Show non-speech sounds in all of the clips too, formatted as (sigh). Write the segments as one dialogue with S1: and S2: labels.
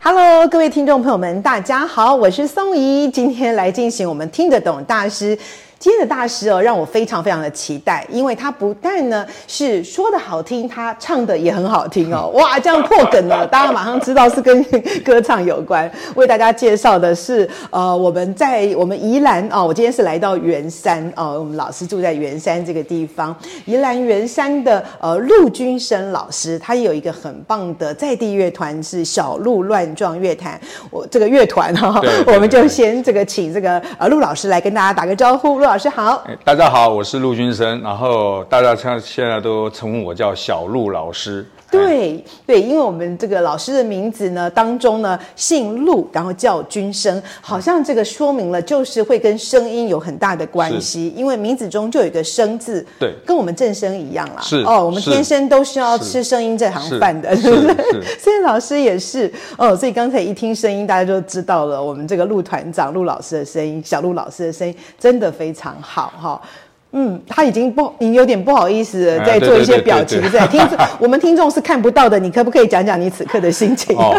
S1: Hello，各位听众朋友们，大家好，我是宋怡，今天来进行我们听得懂大师。今天的大师哦，让我非常非常的期待，因为他不但呢是说的好听，他唱的也很好听 (laughs) 哦，哇，这样破梗了，大家马上知道是跟歌唱有关。为大家介绍的是，呃，我们在我们宜兰哦，我今天是来到圆山哦，我们老师住在圆山这个地方，宜兰圆山的呃陆军生老师，他也有一个很棒的在地乐团是小鹿乱撞乐团，我这个乐团哈、
S2: 对对对
S1: 我们就先这个请这个呃陆老师来跟大家打个招呼，陆老师好。
S2: 哎大家好，我是陆军生，然后大家像现在都称呼我叫小陆老师。哎，
S1: 对对，因为我们这个老师的名字呢，当中呢姓陆，然后叫军生，好像这个说明了就是会跟声音有很大的关
S2: 是
S1: 系，因为名字中就有一个声字，
S2: 对
S1: 跟我们正声一样啦。
S2: 是
S1: 哦，我们
S2: 是
S1: 天生都是要
S2: 是
S1: 吃声音这行
S2: 是
S1: 饭的，
S2: 是是
S1: (laughs) 所以老师也是哦，所以刚才一听声音，大家就知道了，我们这个陆团长陆老师的声音，小陆老师的声音真的非常好哈、嗯，他已经不，你有点不好意思了，
S2: 哎
S1: 在
S2: 对
S1: 做一
S2: 对
S1: 些
S2: 对
S1: 表
S2: 对
S1: 情
S2: 对，
S1: 在听众，
S2: (laughs)
S1: 我们听众是看不到的，你可不可以讲讲你此刻的心情？
S2: 哦，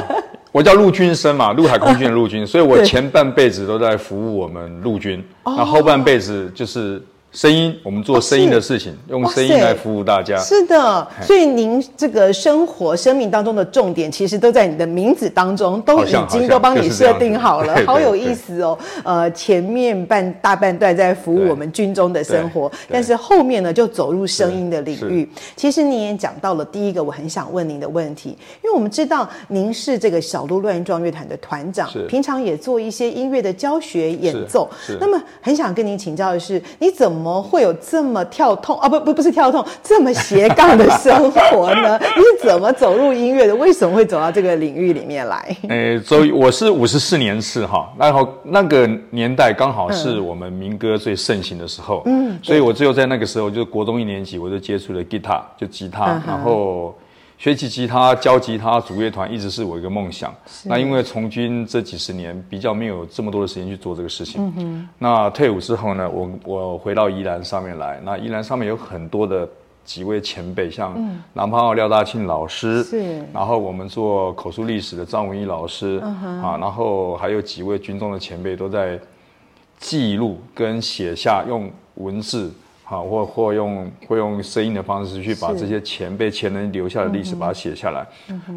S2: 我叫陆军生嘛，陆 (laughs) 海空军的陆军，所以我
S1: 对哦
S2: 前半辈子都在服务我们陆军，那后半辈子就是声音，我们做声音的事情，用声音
S1: 哦哇塞
S2: 来服务大家。
S1: 是的，所以您这个生活、生命当中的重点，其实都在你的名字当中，都
S2: 好
S1: 已
S2: 像好
S1: 经
S2: 像
S1: 都帮你
S2: 就是这
S1: 设
S2: 样子
S1: 定好了
S2: 对，对
S1: 好有意思哦。呃，前面半大半段在服务
S2: 对
S1: 我们军中的生活
S2: 对，对
S1: 但是后面呢，就走入声音的领
S2: 是
S1: 域。其实你也讲到了第一个，我很想问您的问题，因为我们知道您是这个小鹿乱撞乐团的团长
S2: 是，
S1: 平常也做一些音乐的教学演奏
S2: 是是。
S1: 那么很想跟您请教的是，你怎么会有这么跳痛啊？不不不是跳痛，这么斜杠的生活呢？
S2: (laughs)
S1: 你是怎么走入音乐的？为什么会走到这个领域里面
S2: (laughs)
S1: 来？
S2: 诶，所以哎我是五十四年次哈，然后那个年代刚好是我们民歌最盛行的时候，嗯，所以我只有在那个时候，就是国中一年级，我就接触了吉他，就吉他，
S1: 嗯哼
S2: 然后学习吉他、教吉他、组乐团，一直是我一个梦想。那因为从军这几十年比较没有这么多的时间去做这个事情，嗯那退伍之后呢，我我回到宜兰上面来，那宜兰上面有很多的。几位前辈，像南方奥廖大庆老师，
S1: 是嗯
S2: 然后我们做口述历史的张文义老师、啊，然后还有几位军中的前辈都在记录跟写下，用文字啊，或或用会用声音的方式去把
S1: 是嗯
S2: 这些前辈前人留下的历史把它写下来。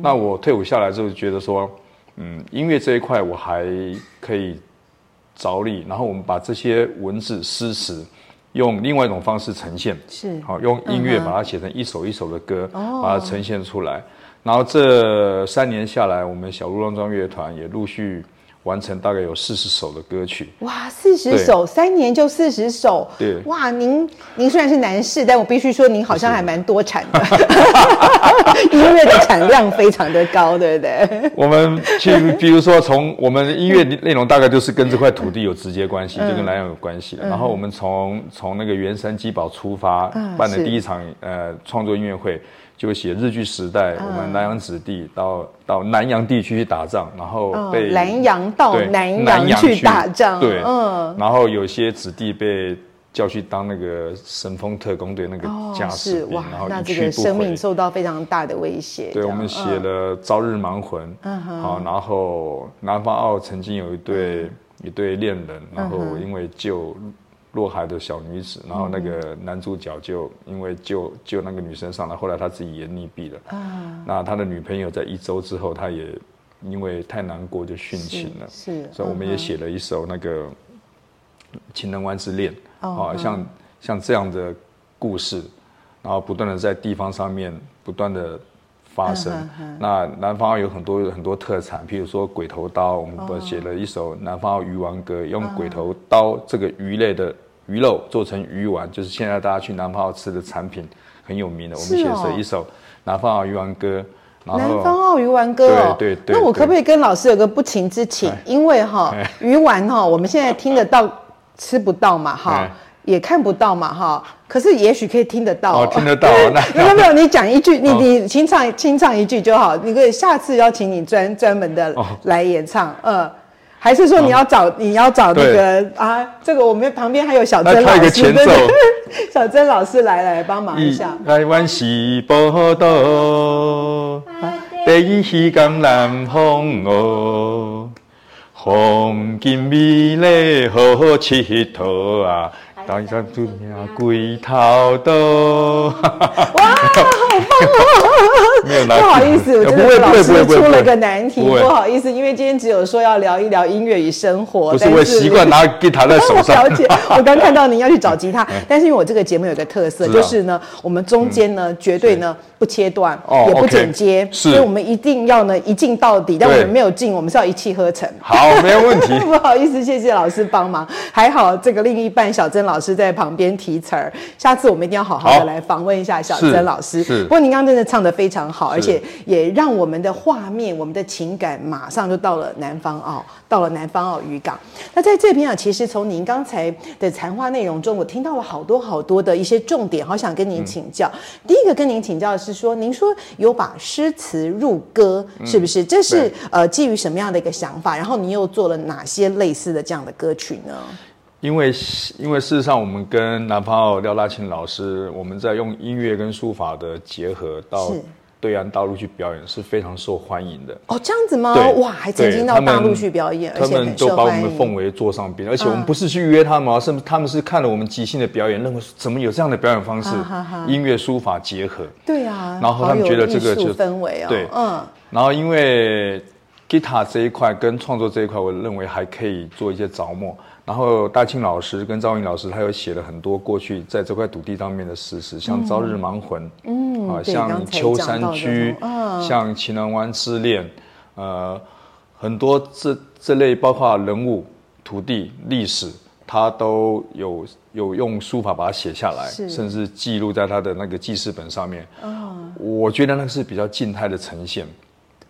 S2: 那我退伍下来之后，觉得说，嗯，音乐这一块我还可以着力，然后我们把这些文字诗词用另外一种方式呈现。
S1: 是
S2: 好，用音乐把它写成一首一首的歌，把它呈现出来。然后这三年下来，我们小鹿乱撞乐团也陆续完成大概有四十首的歌曲。
S1: 哇，四十
S2: 对
S1: 首，三年就四十首。
S2: 对
S1: 哇，您您虽然是男士，但我必须说您好像还蛮多产
S2: (laughs)
S1: 的，音乐的产量非常的高，对不对？
S2: (laughs) 我们去，
S1: (laughs)
S2: 比如说从我们音乐内容大概就是跟这块土地有直接关系，
S1: 嗯
S2: 就跟南洋有关系。然后我们从从那个圆山基堡出发
S1: 嗯，
S2: 办的
S1: 是啊
S2: 第一场呃创作音乐会，就写日据时代，我们南洋子弟到到南洋地区去打仗，然后被
S1: 哦南洋到
S2: 对
S1: 南
S2: 南
S1: 洋
S2: 洋
S1: 去打仗，
S2: 对，
S1: 嗯，
S2: 然后有些子弟被叫去当那个神风特工队那个驾驶
S1: 哦是
S2: 兵，
S1: 哇
S2: 然后，
S1: 那
S2: 一
S1: 这
S2: 去
S1: 个
S2: 不
S1: 生
S2: 回
S1: 命。受到非常大的威胁。这
S2: 对，我
S1: 样嗯
S2: 们写了《朝日盲魂》，好，然后南方澳曾经有一
S1: 嗯
S2: 对一对恋人，然后因为救落海的小女
S1: 嗯
S2: 子，然后那个男主角就因为救救那个女生上来，后来他自己也溺毙了。
S1: 啊
S2: 那他的女朋友在一周之后，他也因为太难过就殉情了。
S1: 是嗯
S2: 所以我们也写了一首那个《情人湾之恋》
S1: 哦嗯
S2: 啊，像像这样的故事，然后不断的在地方上面不断的发生。
S1: 嗯
S2: 那南方有很多很多特产，譬如说鬼头刀，我们不写了一首南方鱼丸歌，用
S1: 嗯
S2: 鬼头刀这个鱼类的鱼肉做成鱼丸，就是现在大家去南方吃的产品很有名的，我们
S1: 是
S2: 写
S1: 哦
S2: 了一首南方鱼丸歌。然
S1: 南
S2: 后
S1: 方澳鱼丸哥哦，
S2: 对对对
S1: 那我
S2: 对
S1: 可不可以跟老师有个不情之请
S2: 哎？
S1: 因为哈、
S2: 哎
S1: 鱼丸哈、我们现在听得到，吃不到嘛哈、
S2: 哎
S1: 也看不到嘛哈、可是也许可以听得到、
S2: 哦听得到哦
S1: (laughs)
S2: 那
S1: 没有没有，你讲一句，你
S2: 哦
S1: 你清唱清唱一句就好。你可以下次邀请你专专门的
S2: 哦
S1: 来演唱，呃，还是说你要找、你要找那个啊？这个我们旁边还有小
S2: 那
S1: 曾老
S2: 跳
S1: 师，
S2: 一个前
S1: 对对
S2: 奏
S1: (laughs) 小曾老师来来帮忙一下。
S2: 台湾是宝岛，第一鱼港南方哦，风景美丽好好佚佗啊，大山拄命龟头岛。
S1: 哇，好棒哦！
S2: 没有难
S1: 不
S2: 题
S1: 好意
S2: (laughs)
S1: 思，我真
S2: 呃不
S1: 的
S2: 会
S1: 老
S2: 不会不
S1: 师
S2: 会不会
S1: 出了个难题，
S2: 不
S1: 不
S2: 会
S1: 好意思，因为今天只有说要聊一聊音乐与生活，
S2: 不是
S1: 但
S2: 我习
S1: (laughs)
S2: 惯拿吉他在手上嗯
S1: 我
S2: (laughs)
S1: 了解，我刚看到您要去找吉他，但是因为我这个节目有个特色，
S2: 是啊嗯
S1: 就是呢，我们中间呢绝对呢不切断，
S2: 哦
S1: 也不
S2: OK，
S1: 剪接，
S2: 是
S1: 所以我们一定要呢一镜到底，但我
S2: 对
S1: 们没有进，我们是要一气呵
S2: (laughs)
S1: 成。
S2: 好，没有问题。
S1: (laughs) 不好意思，谢谢老师帮忙。还好这个另一半小曾老师在旁边提词儿，下次我们一定要好好的
S2: 好
S1: 来访问一下小
S2: 是
S1: 曾老师。
S2: 是
S1: 不过您刚刚真的唱得非常好，而
S2: 是
S1: 且也让我们的画面、我们的情感马上就到了南方澳，到了南方澳渔港。那在这边啊，其实从您刚才的谈话内容中，我听到了好多好多的一些重点，好想跟您请教。
S2: 嗯
S1: 第一个跟您请教的是说，您说有把诗词入歌，是不是？这是
S2: 嗯对
S1: 呃基于什么样的一个想法？然后您又做了哪些类似的这样的歌曲呢？
S2: 因为因为事实上，我们跟南方澳廖大庆老师，我们在用音乐跟书法的结合到
S1: 是
S2: 对岸大陆去表演，是非常受欢迎的。
S1: 哦，这样子吗？
S2: 对
S1: 哇，还曾经
S2: 对
S1: 到
S2: 他们
S1: 大陆去表演，而
S2: 他
S1: 且
S2: 们
S1: 很
S2: 都
S1: 受
S2: 把我
S1: 欢
S2: 们奉
S1: 迎。嗯
S2: 为座上宾，而且我们不是去约他们啊，甚至他们是看了我们即兴的表演，认为说怎么有这样的表演方式
S1: 啊哈哈，
S2: 音乐书法结合。
S1: 对啊，
S2: 然后
S1: 好
S2: 他们
S1: 有
S2: 觉得这个
S1: 艺术
S2: 就
S1: 氛围哦，
S2: 对
S1: 嗯。
S2: 然后因为吉他这一块跟创作这一块，我认为还可以做一些着墨。然后大庆老师跟赵云老师，他有写了很多过去在这块土地上面的事实，像《朝日盲魂》，嗯啊、
S1: 对刚
S2: 像《
S1: 才
S2: 秋
S1: 讲
S2: 山
S1: 到的
S2: 居》
S1: 嗯
S2: 像《情人湾之恋》，呃，很多这这类包括人物、土地、历史，他都有有用书法把它写下来，
S1: 是
S2: 甚至记录在他的那个记事本上面。
S1: 嗯
S2: 我觉得那个是比较静态的呈现。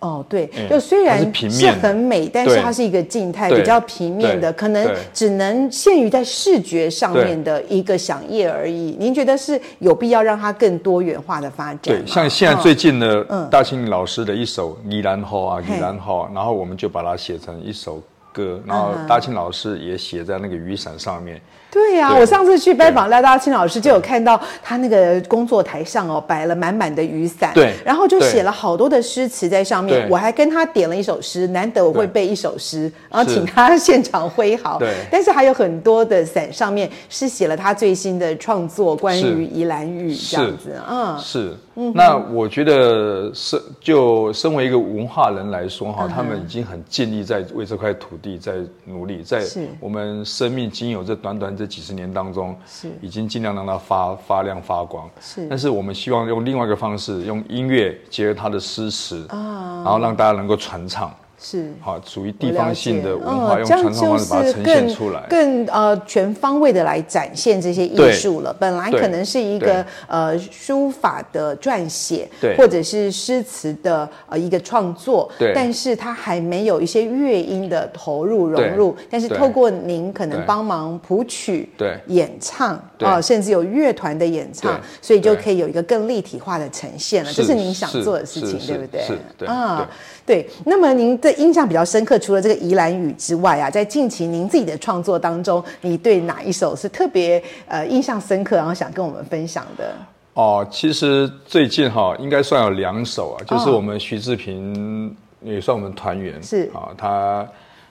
S1: 哦，对，
S2: 嗯
S1: 就虽
S2: 它
S1: 然
S2: 是平
S1: 是
S2: 面的
S1: 很美，但是
S2: 对
S1: 它是一个静态、
S2: 对
S1: 比较平面的，
S2: 对
S1: 可能
S2: 对
S1: 只能限于在视觉上
S2: 对
S1: 面的一个响应而已。您觉得是有必要让它更多元化的发展？嗯
S2: 对，像现在最、近的大庆老师的一首《宜兰号》啊，《
S1: 嘿
S2: 宜兰号》，然后我们就把它写成一首歌，然后大庆老师也写在那个雨伞上面。
S1: 对呀、
S2: 对
S1: 我上次去拜访廖大庆老师，就有看到他那个工作台上哦，摆了满满的雨伞，
S2: 对
S1: 然后就
S2: 对
S1: 写了好多的诗词在上面。
S2: 对
S1: 我还跟他点了一首诗，难得我会
S2: 对
S1: 背一首诗，然后
S2: 是
S1: 请他现场挥毫。
S2: 对
S1: 但是还有很多的伞上面是写了他最新的创作，关
S2: 是
S1: 于宜兰语这样子，嗯。
S2: 是，那我觉得身就身为一个文化人来说
S1: 嗯
S2: 哈，他们已经很尽力在为这块土地在努力，在
S1: 是
S2: 我们生命经有这短短这几十年当中，
S1: 是
S2: 已经尽量让它发发亮发光。
S1: 是
S2: 但是我们希望用另外一个方式，用音乐结合它的诗词啊，然后让大家能够传唱。
S1: 是
S2: 好，属于
S1: 我
S2: 地方
S1: 了解
S2: 性的文
S1: 嗯
S2: 化，用
S1: 这样
S2: 传
S1: 就
S2: 统方
S1: 是
S2: 式把它呈现
S1: 更
S2: 出来。
S1: 更呃全方位的来展现这些艺
S2: 对
S1: 术了。本来
S2: 对
S1: 可能是一个
S2: 对
S1: 呃书法的撰写，
S2: 对
S1: 或者是诗词的呃一个创作，
S2: 对
S1: 但是它还没有一些乐音的投入
S2: 对
S1: 融入，但是
S2: 对
S1: 透过您可能
S2: 对
S1: 帮忙谱曲，
S2: 对
S1: 演唱
S2: 对
S1: 啊，甚至有乐团的演唱
S2: 对，
S1: 所以就
S2: 对
S1: 可以有一个更立体化的呈现了。这
S2: 是
S1: 是您想
S2: 是
S1: 做的事
S2: 是
S1: 情，
S2: 是
S1: 对不对？
S2: 是对对
S1: 对，那么您的印象比较深刻，除了这个宜兰语之外啊，在近期您自己的创作当中，你对哪一首是特别呃印象深刻，然后想跟我们分享的？
S2: 哦，其实最近哈、应该算有两首啊，就是
S1: 哦
S2: 我们徐志平也算我们团员，
S1: 是
S2: 啊、他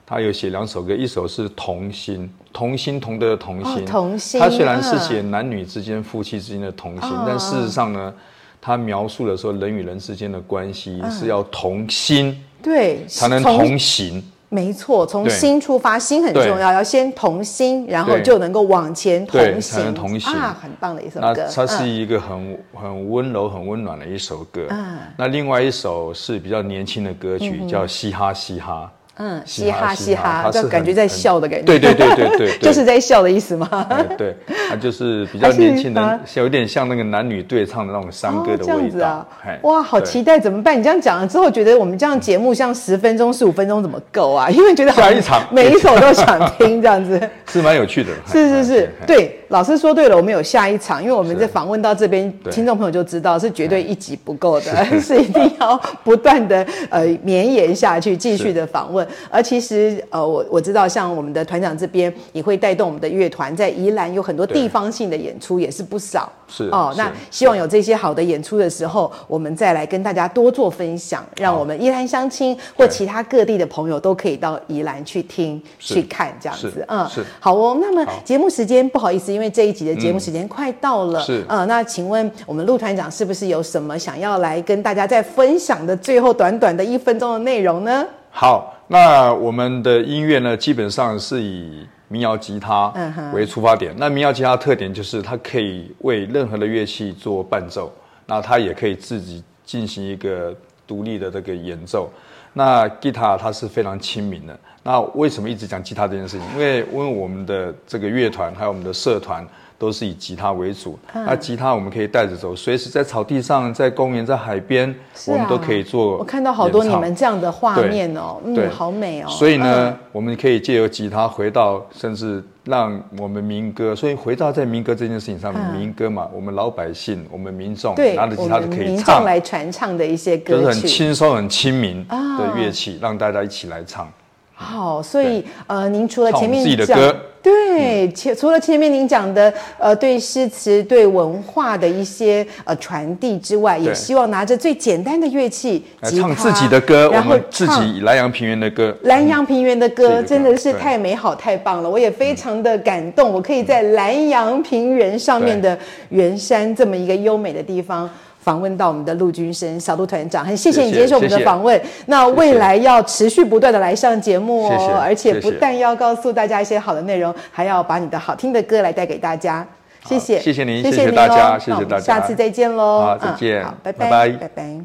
S2: 他有写两首歌，一首是《童心》，童心同德的童
S1: 哦
S2: 心，
S1: 童心
S2: 他虽然是
S1: 嗯
S2: 写男女之间、夫妻之间的童心，
S1: 哦
S2: 但事实上呢，他描述了说人与人之间的关系
S1: 嗯
S2: 是要同心
S1: 对，
S2: 才能
S1: 从
S2: 同行。
S1: 没错，从
S2: 对
S1: 心出发，心很重
S2: 对
S1: 要，要先同心，然后
S2: 对
S1: 就能够往前同
S2: 对才
S1: 行，
S2: 能同行
S1: 啊，很棒的一首
S2: 那
S1: 歌。
S2: 它是
S1: 嗯
S2: 一个很、很温柔、很温暖的一首歌。
S1: 嗯
S2: 那另外一首是比较年轻的歌曲，叫《嘻哈嘻哈》。
S1: 嗯，
S2: 嘻
S1: 嘻哈
S2: 哈
S1: 嘻哈，
S2: 它是
S1: 就感觉
S2: 很
S1: 在
S2: 很
S1: 笑的感觉，(laughs)
S2: 对对对对对，对
S1: 就是在笑的意思吗？
S2: (laughs) 哎对，它就是比较
S1: 还是
S2: 年轻
S1: 把
S2: 人，像有点像那个男女对唱的那种山歌
S1: 哦
S2: 的
S1: 这样
S2: 味
S1: 子
S2: 道
S1: 啊。
S2: 哎，
S1: 哇，好
S2: 对
S1: 期待，怎么办？你这样讲了之后，觉得我们这样节目像十分钟、十五分钟怎么够啊？因为觉得好
S2: 下一场
S1: 每一首都想听这样子。
S2: 是蛮有趣的。
S1: 是是是
S2: 哎，哎
S1: 对，老师说对了，我们有下一场，因为我们
S2: 是
S1: 这访问到这边，
S2: 对
S1: 听众朋友就知道是绝对一集不够的， (laughs) 是一定要不断的呃绵延下去，继续的访问。而其实呃，我我知道，像我们的团长这边也会带动我们的乐团，在宜兰有很多
S2: 对
S1: 地方性的演出，也是不少。
S2: 是
S1: 哦，
S2: 是
S1: 那希望有这些好的演出的时候，我们再来跟大家多做分享，让我们宜兰乡亲或
S2: 对
S1: 其他各地的朋友都可以到宜兰去听、
S2: 是
S1: 去看这样子
S2: 是。
S1: 嗯，
S2: 是
S1: 好哦，那么
S2: 好
S1: 节目时间不好意思，因为这一集的节目时间快到了。
S2: 是
S1: 呃，那请问我们陆团长是不是有什么想要来跟大家再分享的最后短短的一分钟的内容呢？
S2: 好，那我们的音乐呢，基本上是以民谣吉他
S1: 嗯哼
S2: 为出发点。那民谣吉他的特点就是它可以为任何的乐器做伴奏，那它也可以自己进行一个独立的这个演奏。那吉他它是非常亲民的。那为什么一直讲吉他这件事情？因为因为我们的这个乐团还有我们的社团都是以吉他为主。
S1: 嗯
S2: 那吉他我们可以带着走，随时在草地上、在公园、在海边，
S1: 是啊
S2: 我们都可以做演唱。
S1: 我看到好多你们这样的画面哦，
S2: 对
S1: 嗯，好美哦。
S2: 所以呢，我们可以借由吉他回到，甚至让我们民歌，所以回到在民歌这件事情上面，
S1: 嗯
S2: 民歌嘛，我们老百姓，我们民众
S1: 对，
S2: 拿着
S1: 我
S2: 吉他
S1: 们
S2: 就可以
S1: 民
S2: 唱
S1: 众，来传唱的一些
S2: 就
S1: 歌
S2: 是
S1: 曲，
S2: 很轻松、很亲民
S1: 啊
S2: 的乐器，让大家一起来唱。
S1: 好，所以呃，您除了
S2: 唱我
S1: 前
S2: 们
S1: 面
S2: 自己的
S1: 讲
S2: 歌
S1: 对，前除了前面您讲的呃，对诗词、对文化的一些呃传递之外，也
S2: 对
S1: 希望拿着最简单的乐器，
S2: 来
S1: 吉
S2: 唱
S1: 他
S2: 自己的歌，我
S1: 然后
S2: 们自
S1: 唱
S2: 己南洋平原的歌，
S1: 南洋平原的
S2: 自己
S1: 歌
S2: 的歌
S1: 真的是
S2: 对
S1: 太美好、太棒了，我也非常的感动。我可以在南洋平原上面的圆山这么一个优美的地方。访问到我们的陆军生小陆团长，很谢谢你
S2: 谢谢
S1: 接受我们的
S2: 谢谢
S1: 访问。那未来要持续不断的来上节目哦，
S2: 谢谢
S1: 而且不
S2: 谢谢
S1: 但要告诉大家一些好的内容，还要把你的好听的歌来带给大家。谢谢，
S2: 谢谢您
S1: 谢
S2: 谢谢
S1: 您
S2: 大家
S1: 哦
S2: 谢谢
S1: 那我们
S2: 大家
S1: 下次再见喽。
S2: 好再
S1: 嗯
S2: 见
S1: 好，拜
S2: 拜拜
S1: 拜拜。